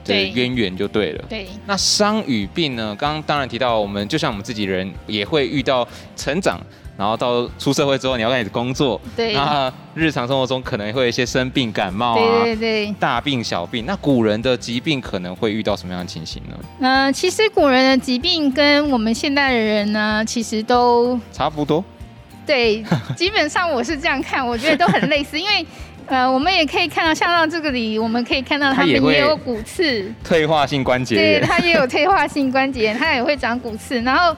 Speaker 6: 对
Speaker 2: 渊源就对了。
Speaker 6: 对，
Speaker 2: 那伤与病呢？刚刚当然提到，我们就像我们自己人也会遇到成长，然后到出社会之后，你要开始工作，
Speaker 6: 对
Speaker 2: 那日常生活中可能会有一些生病、感冒啊、
Speaker 6: 对对对。
Speaker 2: 大病、小病。那古人的疾病可能会遇到什么样的情形呢？
Speaker 6: 呃，其实古人的疾病跟我们现代的人呢，其实都
Speaker 2: 差不多
Speaker 6: 对，基本上我是这样看，我觉得都很类似，因为。 呃，我们也可以看到，像到这个里，我们可以看到
Speaker 2: 它
Speaker 6: 他们
Speaker 2: 也会
Speaker 6: 也有骨刺，
Speaker 2: 退化性关节
Speaker 6: 对，
Speaker 2: 炎。
Speaker 6: 它也有退化性关节炎，它也会长骨刺，然后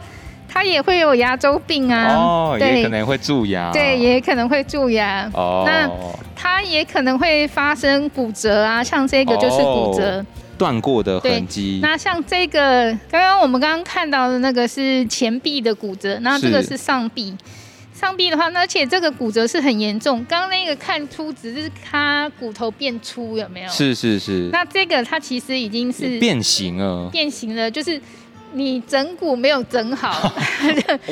Speaker 6: 它也会有牙周病啊，
Speaker 2: 哦，也
Speaker 6: 对
Speaker 2: 可能会蛀牙。
Speaker 6: 对，也可能会蛀牙，
Speaker 2: 哦，
Speaker 6: 那它也可能会发生骨折啊，像这个就是骨
Speaker 2: 哦
Speaker 6: 折，
Speaker 2: 断过的
Speaker 6: 对
Speaker 2: 痕迹。
Speaker 6: 那像这个，刚刚我们刚刚看到的那个是前臂的骨折，那这个
Speaker 2: 是
Speaker 6: 是上臂。上臂的话，那而且这个骨折是很严重。刚刚那个看出只是它骨头变粗，有没有？。
Speaker 2: 是是是，
Speaker 6: 那这个它其实已经是
Speaker 2: 变形了，
Speaker 6: 变形了，就是你整骨没有 整好，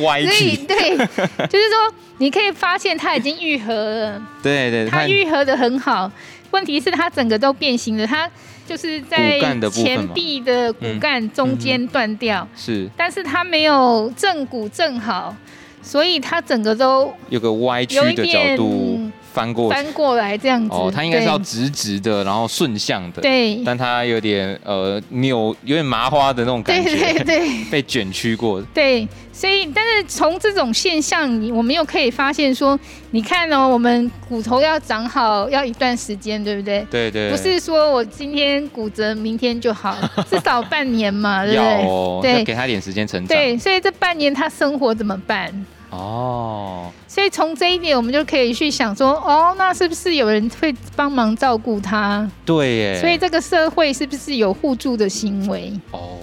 Speaker 2: 歪
Speaker 6: 所以
Speaker 2: 曲。
Speaker 6: 对，就是说你可以发现它已经愈合了。
Speaker 2: 对对，
Speaker 6: 它
Speaker 2: 看
Speaker 6: 愈合的很好，问题是它整个都变形了，它就是在
Speaker 2: 骨干的部分
Speaker 6: 前
Speaker 2: 嘛嗯
Speaker 6: 臂的骨干中间断掉，
Speaker 2: 是
Speaker 6: 但是它没有正骨正好，所以它整个都
Speaker 2: 有个歪曲
Speaker 6: 有一
Speaker 2: 的角
Speaker 6: 点
Speaker 2: 度翻过去。
Speaker 6: 翻过来这样子。
Speaker 2: 哦，它应该是要
Speaker 6: 对
Speaker 2: 直直的，然后顺向的。。
Speaker 6: 对
Speaker 2: 但它有点呃扭，有点麻花的那种感
Speaker 6: 对
Speaker 2: 觉，
Speaker 6: 对对
Speaker 2: 被卷曲过。
Speaker 6: 对，所以但是从这种现象，你我们又可以发现说，你看哦，我们骨头要长好要一段时间，对不对？
Speaker 2: 对对。
Speaker 6: 不是说我今天骨折，明天 就好，至少半年嘛，对不
Speaker 2: 要
Speaker 6: 对？
Speaker 2: 哦，
Speaker 6: 对
Speaker 2: 要给它点时间成长。
Speaker 6: 对，所以这半年他生活怎么办？
Speaker 2: 哦，
Speaker 6: 所以从这一点，我们就可以去想说，哦，那是不是有人会帮忙照顾他？
Speaker 2: 对耶。
Speaker 6: 所以这个社会是不是有互助的行为？
Speaker 2: 哦，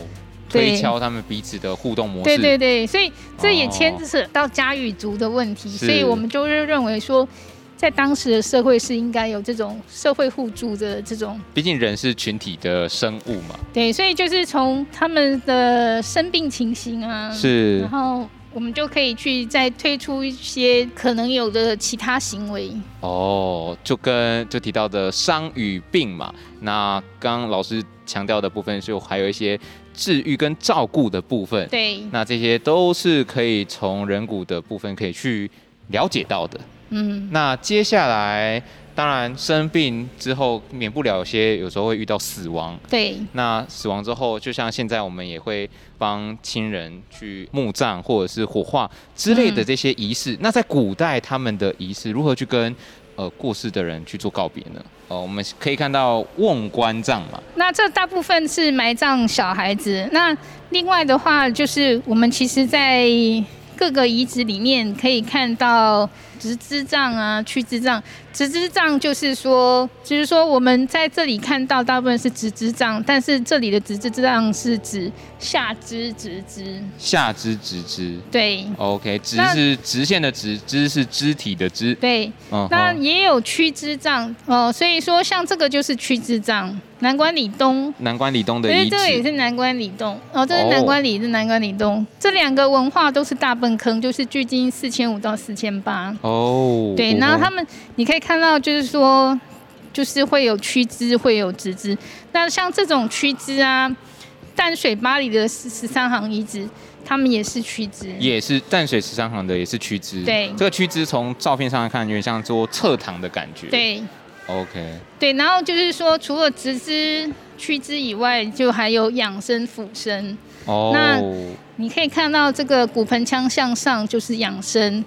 Speaker 6: 对
Speaker 2: 推敲他们彼此的互动模式。
Speaker 6: 对对对，所以这也
Speaker 2: 哦
Speaker 6: 牵扯到家与族的问题，
Speaker 2: 是
Speaker 6: 所以我们就是认为说，在当时的社会是应该有这种社会互助的这种
Speaker 2: 毕竟人是群体的生物嘛。
Speaker 6: 对，所以就是从他们的生病情形啊，
Speaker 2: 是
Speaker 6: 然。后我们就可以去再推出一些可能有的其他行为。
Speaker 2: 哦，就跟就提到的伤与病嘛，那刚刚老师强调的部分是还有一些治愈跟照顾的部分，
Speaker 6: 对，
Speaker 2: 那这些都是可以从人骨的部分可以去了解到的。
Speaker 6: 嗯，
Speaker 2: 那接下来。当然生病之后免不了有些有时候会遇到死亡，
Speaker 6: 对，
Speaker 2: 那死亡之后，就像现在我们也会帮亲人去墓葬或者是火化之类的这些仪式。那在古代他们的仪式如何去跟呃过世的人去做告别呢？呃，我们可以看到瓮棺葬嘛，
Speaker 6: 那这大部分是埋葬小孩子。那另外的话，就是我们其实，在各个遗址里面可以看到直支葬啊、去支葬。直支葬就是说，就是说我们在这里看到大部分是直支葬，但是这里的直支葬是指下肢直肢，
Speaker 2: 下肢直肢。
Speaker 6: 对
Speaker 2: OK，直
Speaker 6: 那
Speaker 2: 是直线的直，肢是肢体的肢。
Speaker 6: 对。
Speaker 2: 嗯
Speaker 6: 那
Speaker 2: 哼，
Speaker 6: 也有曲支葬哦，所以说像这个就是曲支葬，南关里东
Speaker 2: 南关李东的
Speaker 6: 所以
Speaker 2: 遗
Speaker 6: 这个也
Speaker 2: 址。
Speaker 6: 是南关里洞，哦，这
Speaker 2: 哦
Speaker 6: 是南关里，这是南关里洞，这两个文化都是大粪坑，就是距今四千五到四千八。
Speaker 2: 哦，
Speaker 6: 对，然后他们你可以看到，就是说，就是会有曲枝，会有直枝。那像这种曲枝啊，淡水巴黎的十十三行遗址，他们也是曲枝。
Speaker 2: 也是淡水十三行的，也是曲枝。
Speaker 6: 对
Speaker 2: 这个曲枝从照片上来看，有点像做侧躺的感觉。
Speaker 6: 对
Speaker 2: ，OK，
Speaker 6: 对，然后就是说，除了直枝、曲枝以外，就还有养生、俯身。
Speaker 2: 哦，
Speaker 6: 那你可以看到这个骨盆腔向上就是养生，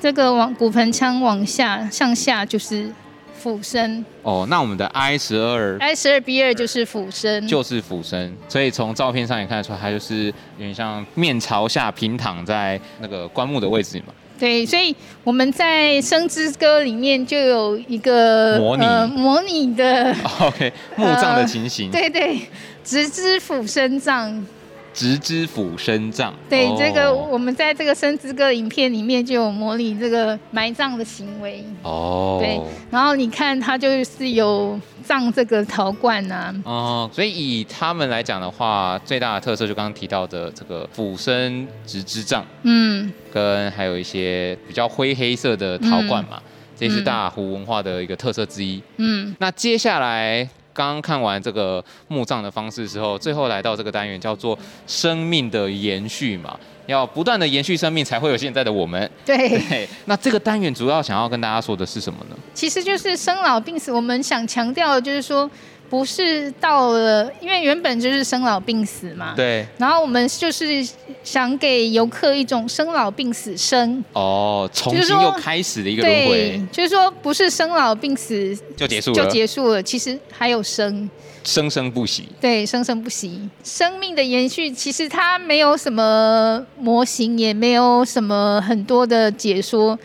Speaker 6: 这个往骨盆腔往下向下就是俯身
Speaker 2: 哦，那我们的 I 十二
Speaker 6: ，I 十二 B 二就是俯身，
Speaker 2: 就是俯身，所以从照片上也看得出，它就是有点像面朝下平躺在那个棺木的位 置嘛。
Speaker 6: 对，所以我们在《生之歌》里面就有一个
Speaker 2: 模拟
Speaker 6: 呃、模拟的，
Speaker 2: OK，墓葬的情形，
Speaker 6: 呃对对，直肢俯身葬，
Speaker 2: 直肢俯身葬。
Speaker 6: 对，
Speaker 2: 哦
Speaker 6: 这个我们在这个《生之歌》影片里面就有模拟这个埋葬的行为，
Speaker 2: 哦，
Speaker 6: 对，然后你看它就是有葬这个陶罐啊，
Speaker 2: 哦，所以以他们来讲的话，最大的特色就刚刚提到的这个俯身直肢葬，
Speaker 6: 嗯，
Speaker 2: 跟还有一些比较灰黑色的陶罐嘛，这是大湖文化的一个特色之一。
Speaker 6: 嗯，
Speaker 2: 那接下来刚刚看完这个墓葬的方式之后，最后来到这个单元叫做生命的延续嘛，要不断的延续生命，才会有现在的我们。
Speaker 6: 对，
Speaker 2: 对，那这个单元主要想要跟大家说的是什么呢？
Speaker 6: 其实就是生老病死。我们想强调的就是说，不是到了，因为原本就是生老病死嘛。。
Speaker 2: 对，
Speaker 6: 然后我们就是想给游客一种生老病死生，
Speaker 2: 哦，重
Speaker 6: 就是
Speaker 2: 新
Speaker 6: 说
Speaker 2: 又开始的一个轮
Speaker 6: 对
Speaker 2: 回，
Speaker 6: 就是说不是生老病死
Speaker 2: 就结束
Speaker 6: 就
Speaker 2: 了，
Speaker 6: 结束了，其实还有生，
Speaker 2: 生生不息。
Speaker 6: 对，生生不息，生命的延续，其实它没有什么模型，也没有什么很多的解说，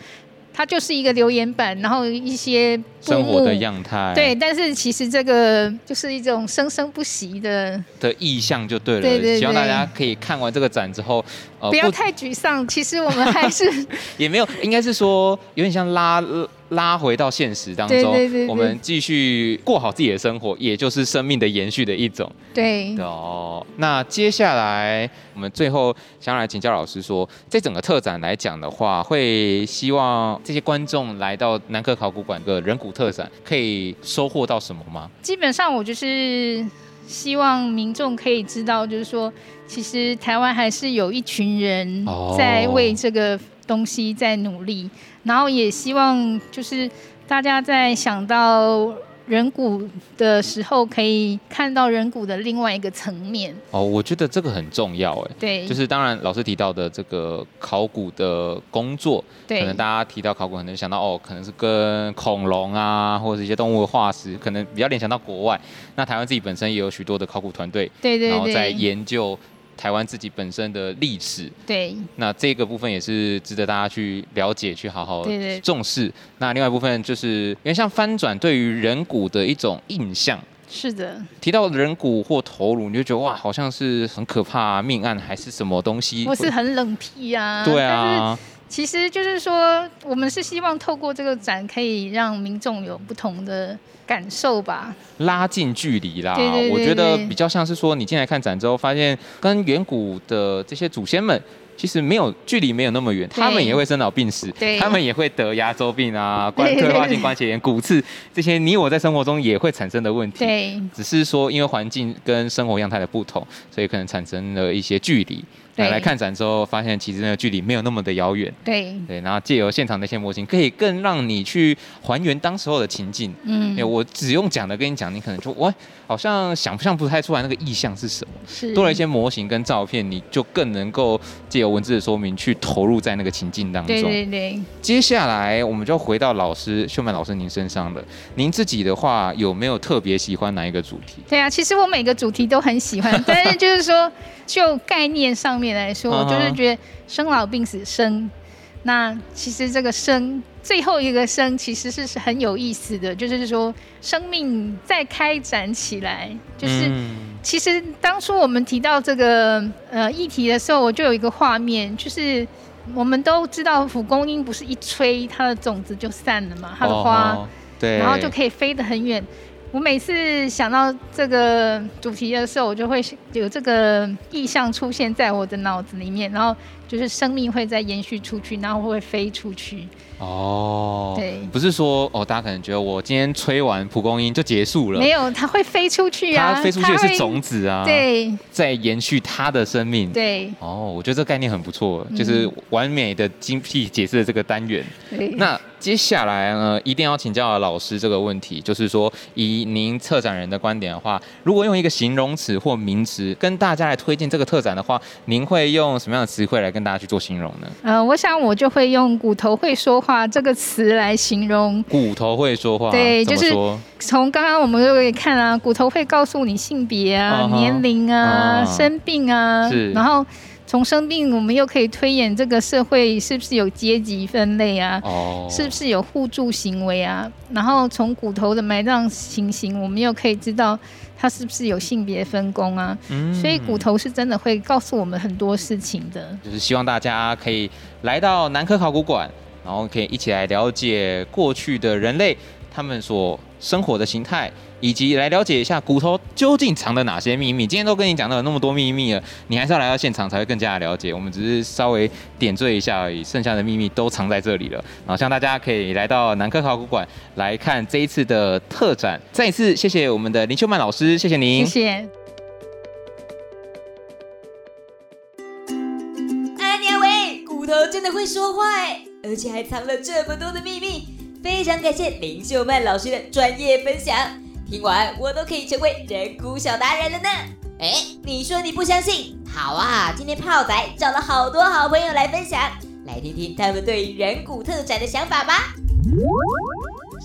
Speaker 6: 它就是一个留言板，然后一些布
Speaker 2: 生活的
Speaker 6: 幕
Speaker 2: 样态，
Speaker 6: 对，但是其实这个就是一种生生不息的，
Speaker 2: 的意向就对了。
Speaker 6: 对对
Speaker 2: 希望
Speaker 6: 对
Speaker 2: 大家可以看完这个展之后，呃，
Speaker 6: 不要太沮丧。其实我们还是
Speaker 2: 也没有，应该是说有点像拉拉回到现实当中，
Speaker 6: 对对对对
Speaker 2: 我们继续过好自己的生活，也就是生命的延续的一种。
Speaker 6: 对
Speaker 2: 对哦，那接下来我们最后想要来请教老师说，这整个特展来讲的话，会希望这些观众来到南科考古馆的人骨特展，可以收获到什么吗？
Speaker 6: 基本上我就是希望民众可以知道，就是说，其实台湾还是有一群人
Speaker 2: 哦
Speaker 6: 在为这个东西在努力，然后也希望就是大家在想到。人骨的时候，可以看到人骨的另外一个层面，
Speaker 2: 哦，我觉得这个很重要，哎，
Speaker 6: 对，
Speaker 2: 就是当然老师提到的这个考古的工作，
Speaker 6: 对
Speaker 2: 可能大家提到考古，可能想到哦，可能是跟恐龙啊，或者是一些动物的化石，可能比较联想到国外。那台湾自己本身也有许多的考古团队，
Speaker 6: 对对
Speaker 2: 然后在
Speaker 6: 对
Speaker 2: 研究台湾自己本身的历史。
Speaker 6: 对
Speaker 2: 那这个部分也是值得大家去了解，去好好
Speaker 6: 对对
Speaker 2: 重视。那另外一部分就是，因为像翻转对于人骨的一种印象。
Speaker 6: 是的，
Speaker 2: 提到人骨或头颅，你就觉得哇，好像是很可怕、命案还是什么东西？
Speaker 6: 我是很冷僻啊，
Speaker 2: 对
Speaker 6: 但是
Speaker 2: 啊，
Speaker 6: 其实就是说，我们是希望透过这个展，可以让民众有不同的感受吧。
Speaker 2: 拉近距离啦。
Speaker 6: 对对对
Speaker 2: 我觉得
Speaker 6: 对
Speaker 2: 比较像是说，你进来看展之后，发现跟远古的这些祖先们。其实没有距离，没有那么远，
Speaker 6: 对
Speaker 2: 他们也会生老病死
Speaker 6: 对，
Speaker 2: 他们也会得牙周病啊、关
Speaker 6: 对
Speaker 2: 退化性关节炎、骨刺这些，你我在生活中也会产生的问题。
Speaker 6: 对
Speaker 2: 只是说因为环境跟生活样态的不同，所以可能产生了一些距离。来
Speaker 6: 对
Speaker 2: 来看展之后，发现其实那个距离没有那么的遥远。
Speaker 6: 对，
Speaker 2: 对，然后借由现场的一些模型，可以更让你去还原当时候的情境。
Speaker 6: 嗯
Speaker 2: 哎、，我只用讲的跟你讲，你可能就我好像想象不太出来那个意象是什么。
Speaker 6: 是
Speaker 2: 多了一些模型跟照片，你就更能够借由文字的说明去投入在那个情境当中。
Speaker 6: 对对对，
Speaker 2: 接下来我们就回到老师秀曼老师您身上了。您自己的话有没有特别喜欢哪一个主题？
Speaker 6: 对啊，其实我每个主题都很 喜欢，但是就是说，就概念上面来说，
Speaker 2: 嗯
Speaker 6: 我就是觉得生老病死生，那其实这个生最后一个生其实是是很有意思的，就是说生命再开展起来，就是。
Speaker 2: 嗯
Speaker 6: 其实当初我们提到这个呃议题的时候，我就有一个画面，就是我们都知道蒲公英不是一吹它的种子就散了嘛，它的花，
Speaker 2: 哦对，
Speaker 6: 然后就可以飞得很远。我每次想到这个主题的时候，我就会有这个意象出现在我的脑子里面，然后就是生命会再延续出去，然后会飞出去。
Speaker 2: 哦，
Speaker 6: 对
Speaker 2: 不是说哦，大家可能觉得我今天吹完蒲公英就结束了，
Speaker 6: 没有，它会飞出去啊，
Speaker 2: 它飞出去的
Speaker 6: 它
Speaker 2: 是
Speaker 6: 会
Speaker 2: 种子啊，，
Speaker 6: 对
Speaker 2: 在延续它的生命。
Speaker 6: 对
Speaker 2: 哦，我觉得这个概念很不错，
Speaker 6: 嗯
Speaker 2: 就是完美的精辟解释了这个单元。
Speaker 6: 对。
Speaker 2: 那接下来呢，一定要请教老师这个问题，就是说，以您策展人的观点的话，如果用一个形容词或名词跟大家来推荐这个特展的话，您会用什么样的词汇来跟大家去做形容呢？
Speaker 6: 呃，我想我就会用“骨头会说话”这个词来形容。
Speaker 2: 骨头会说话，
Speaker 6: 对
Speaker 2: 怎么
Speaker 6: 就是
Speaker 2: 说
Speaker 6: 从刚刚我们就可以看啊，骨头会告诉你性别啊、
Speaker 2: 啊哈
Speaker 6: 年龄啊、
Speaker 2: 啊
Speaker 6: 生病啊
Speaker 2: 是，
Speaker 6: 然后从生病我们又可以推演这个社会是不是有阶级分类啊。
Speaker 2: 哦，
Speaker 6: 是不是有互助行为啊？然后从骨头的埋葬情形，我们又可以知道它是不是有性别分工啊？
Speaker 2: 嗯
Speaker 6: 所以骨头是真的会告诉我们很多事情的。
Speaker 2: 就是希望大家可以来到南科考古馆，然后可以一起来了解过去的人类他们所生活的形态，以及来了解一下骨头究竟藏的哪些秘密。今天都跟你讲到有那么多秘密了，你还是要来到现场才会更加的了解。我们只是稍微点缀一下而已，剩下的秘密都藏在这里了。然后希望大家可以来到南科考古馆来看这一次的特展。再一次谢谢我们的林秀曼老师，谢谢您，
Speaker 6: 谢谢。
Speaker 1: 哎呀喂，骨头真的会说话哎，而且还藏了这么多的秘密。非常感谢林秀曼老师的专业分享，听完我都可以成为人骨小达人了呢。哎，你说你不相信？好啊，今天炮仔找了好多好朋友来分享，来听听他们对于人骨特展的想法吧。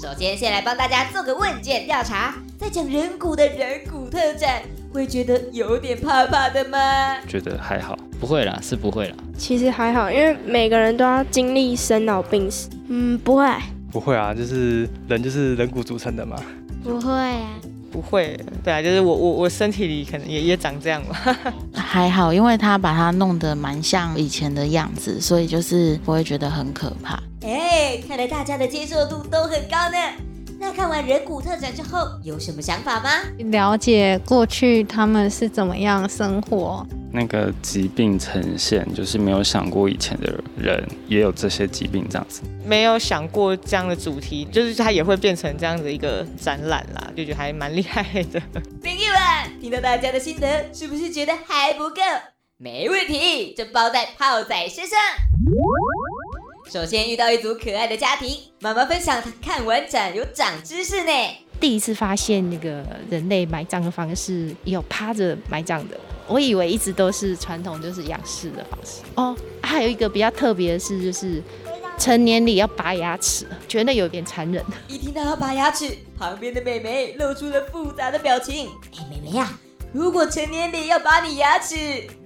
Speaker 1: 首先，先来帮大家做个问卷调查，在讲人骨的人骨特展，会觉得有点怕怕的吗？
Speaker 7: 觉得还好。
Speaker 8: 不会啦，是不会啦。
Speaker 9: 其实还好，因为每个人都要经历生老病死。
Speaker 10: 嗯，不会，
Speaker 7: 不会啊，就是人就是人骨组成的嘛。
Speaker 10: 不会啊，
Speaker 11: 不会，对啊，就是我我我身体里可能也也长这样吧。
Speaker 12: 还好，因为他把它弄得蛮像以前的样子，所以就是不会觉得很可怕。
Speaker 1: 哎，看来大家的接受度都很高呢。那看完人骨特展之后，有什么想法吗？
Speaker 10: 了解过去他们是怎么样生活。
Speaker 7: 那个疾病呈现，就是没有想过以前的人也有这些疾病这样子。
Speaker 11: 没有想过这样的主题，就是它也会变成这样的一个展览啦，就觉得还蛮厉害的。
Speaker 1: 朋友们，听到大家的心得，是不是觉得还不够？没问题，这包在泡仔身上。首先遇到一组可爱的家庭，妈妈分享她看完展有长知识呢。
Speaker 9: 第一次发现那个人类埋葬的方式也有趴着埋葬的，我以为一直都是传统就是仰视的方式。哦，还有一个比较特别的是，就是成年礼要拔牙齿，觉得有点残忍。
Speaker 1: 一听到要拔牙齿，旁边的妹妹露出了复杂的表情。哎，妹妹呀、如果成年礼要拔你牙齿，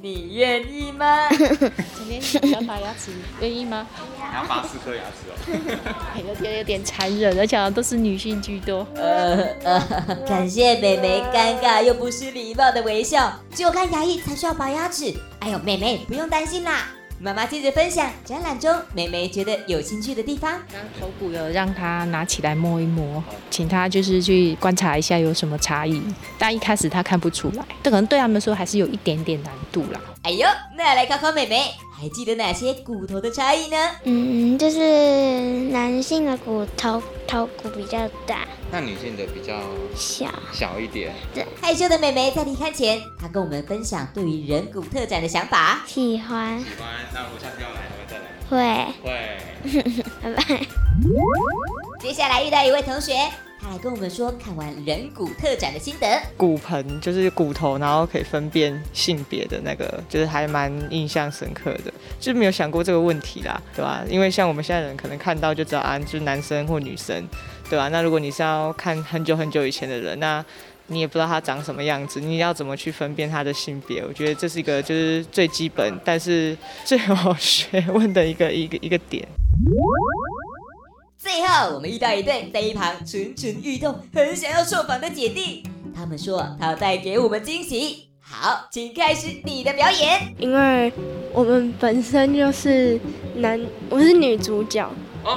Speaker 1: 你愿意 吗？
Speaker 9: 成年礼要拔牙齿，愿意 吗？
Speaker 2: 要拔四颗牙齿哦。
Speaker 9: 哎有点有点残忍，而且好像都是女性居多。
Speaker 1: 呃呃，感谢美眉尴尬又不失礼貌的微笑。只有看牙医才需要拔牙齿。哎呦，美眉不用担心啦。妈妈接着分享展览中美眉觉得有兴趣的地方。
Speaker 9: 头骨有让他拿起来摸一摸，请他就是去观察一下有什么差异。但一开始他看不出来，这可能对他们说还是有一点点难度啦。
Speaker 1: 哎呦，那来考考美眉，还记得哪些骨头的差异呢？
Speaker 13: 嗯，就是男性的骨头头骨比较大，
Speaker 14: 那女性的比较
Speaker 13: 小
Speaker 14: 小一点，
Speaker 13: 对，
Speaker 1: 害羞的美眉在离开前，她跟我们分享对于人骨特展的想法。
Speaker 13: 喜欢
Speaker 14: 喜欢。那我下次要来，我再来。
Speaker 13: 会，
Speaker 14: 会。
Speaker 13: 拜拜。
Speaker 1: 接下来遇到一位同学，他来跟我们说看完人骨特展的心得。
Speaker 11: 骨盆就是骨头，然后可以分辨性别的那个，就是还蛮印象深刻的，就是没有想过这个问题啦，对吧、因为像我们现在人可能看到就知道啊，就是男生或女生，对吧、那如果你是要看很久很久以前的人，那你也不知道他长什么样子，你要怎么去分辨他的性别？我觉得这是一个就是最基本，但是最好学问的一个一个一个点。
Speaker 1: 最后，我们遇到一对在一旁蠢蠢欲动、很想要受访的姐弟，他们说他要带给我们惊喜。好，请开始你的表演。
Speaker 10: 因为我们本身就是男，我是女主角，
Speaker 14: 哦，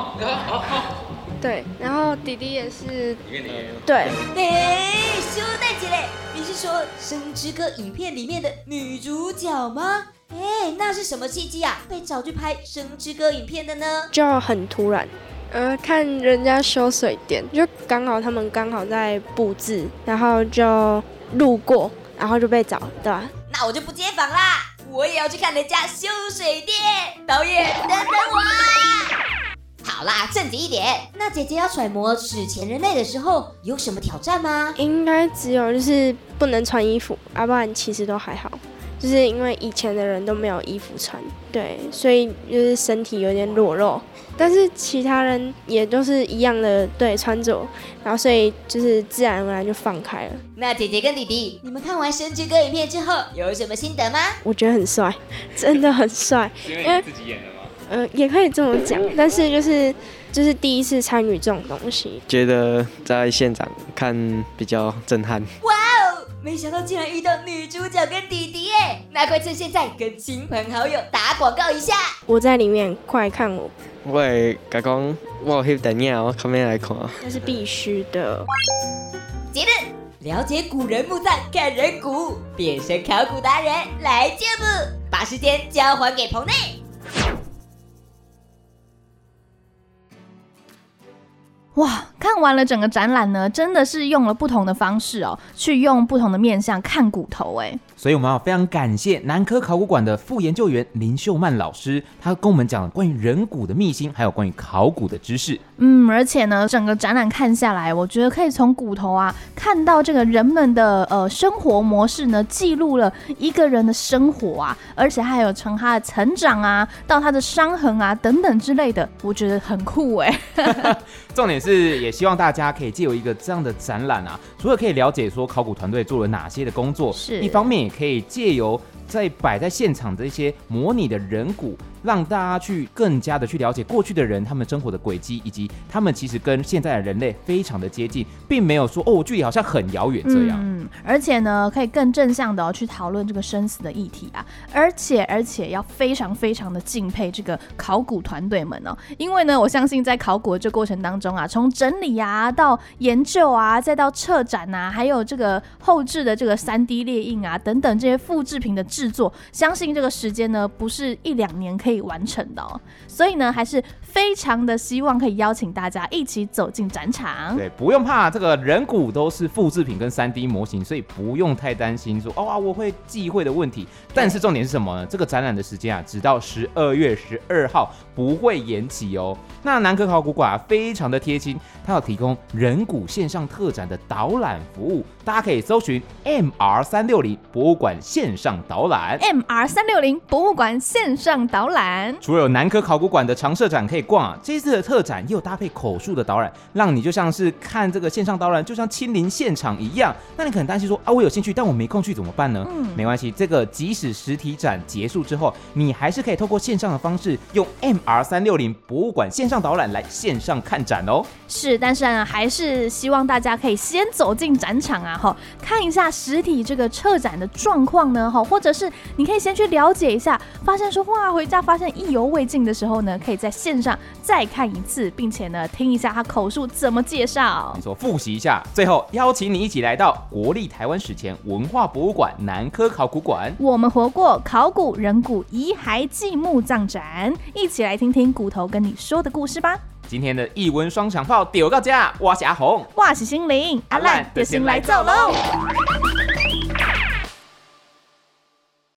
Speaker 14: 好，好，
Speaker 10: 对，然后弟弟也是，
Speaker 14: 里面你。
Speaker 10: 对，
Speaker 1: 哎，修蛋姐嘞，你是说《生之歌》影片里面的女主角吗？哎，那是什么契机啊？被找去拍《生之歌》影片的呢？
Speaker 10: 就很突然。呃，看人家修水电，就刚好他们刚好在布置，然后就路过，然后就被找，对吧？
Speaker 1: 那我就不接访啦，我也要去看人家修水电。导演，等等我。好啦，正经一点。那姐姐要揣摩史前人类的时候，有什么挑战吗？
Speaker 10: 应该只有就是不能穿衣服，啊，不然其实都还好，就是因为以前的人都没有衣服穿，对，所以就是身体有点裸露，但是其他人也都是一样的，对，穿着，然后所以就是自然而然就放开了，
Speaker 1: 那姐姐跟弟弟，你们看完《生之歌》影片之后有什么心得吗？
Speaker 10: 我觉得很帅， 真的很帅，
Speaker 14: 因为你自己演的吗？
Speaker 10: 呃，也可以这么讲，但是就是就是第一次参与这种东西，
Speaker 15: 觉得在现场看比较震撼。
Speaker 1: 哇哦，没想到竟然遇到女主角跟弟弟耶！那快趁现在跟亲朋好友打广告一下。
Speaker 10: 我在里面快看我，
Speaker 15: 我会甲讲，我有翕电影，我后面来看。
Speaker 10: 那是必须的。
Speaker 1: 节日，了解古人墓葬，看人骨，变身考古达人来节目，把时间交还给棚内。
Speaker 3: 哇，看完了整个展览呢，真的是用了不同的方式哦，去用不同的面向看骨头，哎，
Speaker 2: 所以我们要非常感谢南科考古馆的副研究员林秀曼老师，她跟我们讲了关于人骨的秘辛，还有关于考古的知识。
Speaker 3: 嗯，而且呢，整个展览看下来，我觉得可以从骨头啊看到这个人们的呃生活模式呢，记录了一个人的生活啊，而且还有从他的成长啊，到他的伤痕啊等等之类的，我觉得很酷哎。
Speaker 2: 重点是，也希望大家可以借由一个这样的展览啊，除了可以了解说考古团队做了哪些的工作，
Speaker 3: 是
Speaker 2: 一方面也可以借由在摆在现场的一些模拟的人骨，让大家去更加的去了解过去的人他们生活的轨迹，以及他们其实跟现在的人类非常的接近，并没有说哦距离好像很遥远这样。
Speaker 3: 嗯，而且呢，可以更正向的、哦、去讨论这个生死的议题啊，而且而且要非常非常的敬佩这个考古团队们哦，因为呢，我相信在考古的这过程当中啊，从整理啊到研究啊，再到策展啊，还有这个后置的这个三 D 列印啊等等这些复制品的制作，相信这个时间呢不是一两年可以完成的哦，所以呢，还是非常的希望可以邀请大家一起走进展场。
Speaker 2: 对，不用怕，这个人骨都是复制品跟三 D 模型，所以不用太担心说哦啊我会忌讳的问题。但是重点是什么呢？这个展览的时间啊，直到十二月十二号，不会延期哦。那南科考古馆、啊、非常的贴心，它有提供人骨线上特展的导览服务，大家可以搜寻 MR 三六零博物馆线上导览。
Speaker 3: MR 三六零博物馆线上导览。
Speaker 2: 除了有南科考古馆的常设展可以逛啊，这次的特展也有搭配口述的导览，让你就像是看这个线上导览，就像亲临现场一样。那你可能担心说啊，我有兴趣，但我没空去怎么办呢？
Speaker 3: 嗯
Speaker 2: 没关系，这个即使实体展结束之后，你还是可以透过线上的方式，用 MR 三六零博物馆线上导览来线上看展哦。
Speaker 3: 是，但是呢，还是希望大家可以先走进展场啊，哈，看一下实体这个策展的状况呢，哈，或者是你可以先去了解一下，发现说哇，回家发现意犹未尽的时候呢，可以在线上再看一次，并且呢听一下他口述怎么介绍
Speaker 2: 没。错，复习一下。最后邀请你一起来到国立台湾史前文化博物馆南科考古馆。
Speaker 3: 我们活过考古、人骨、遗骸、纪墓葬展，一起来听听骨头跟你说的故事吧。
Speaker 2: 今天的一文双响炮丢到家，我是阿红，
Speaker 3: 哇，喜心灵，阿
Speaker 2: 烂
Speaker 3: 烂，就先来走喽。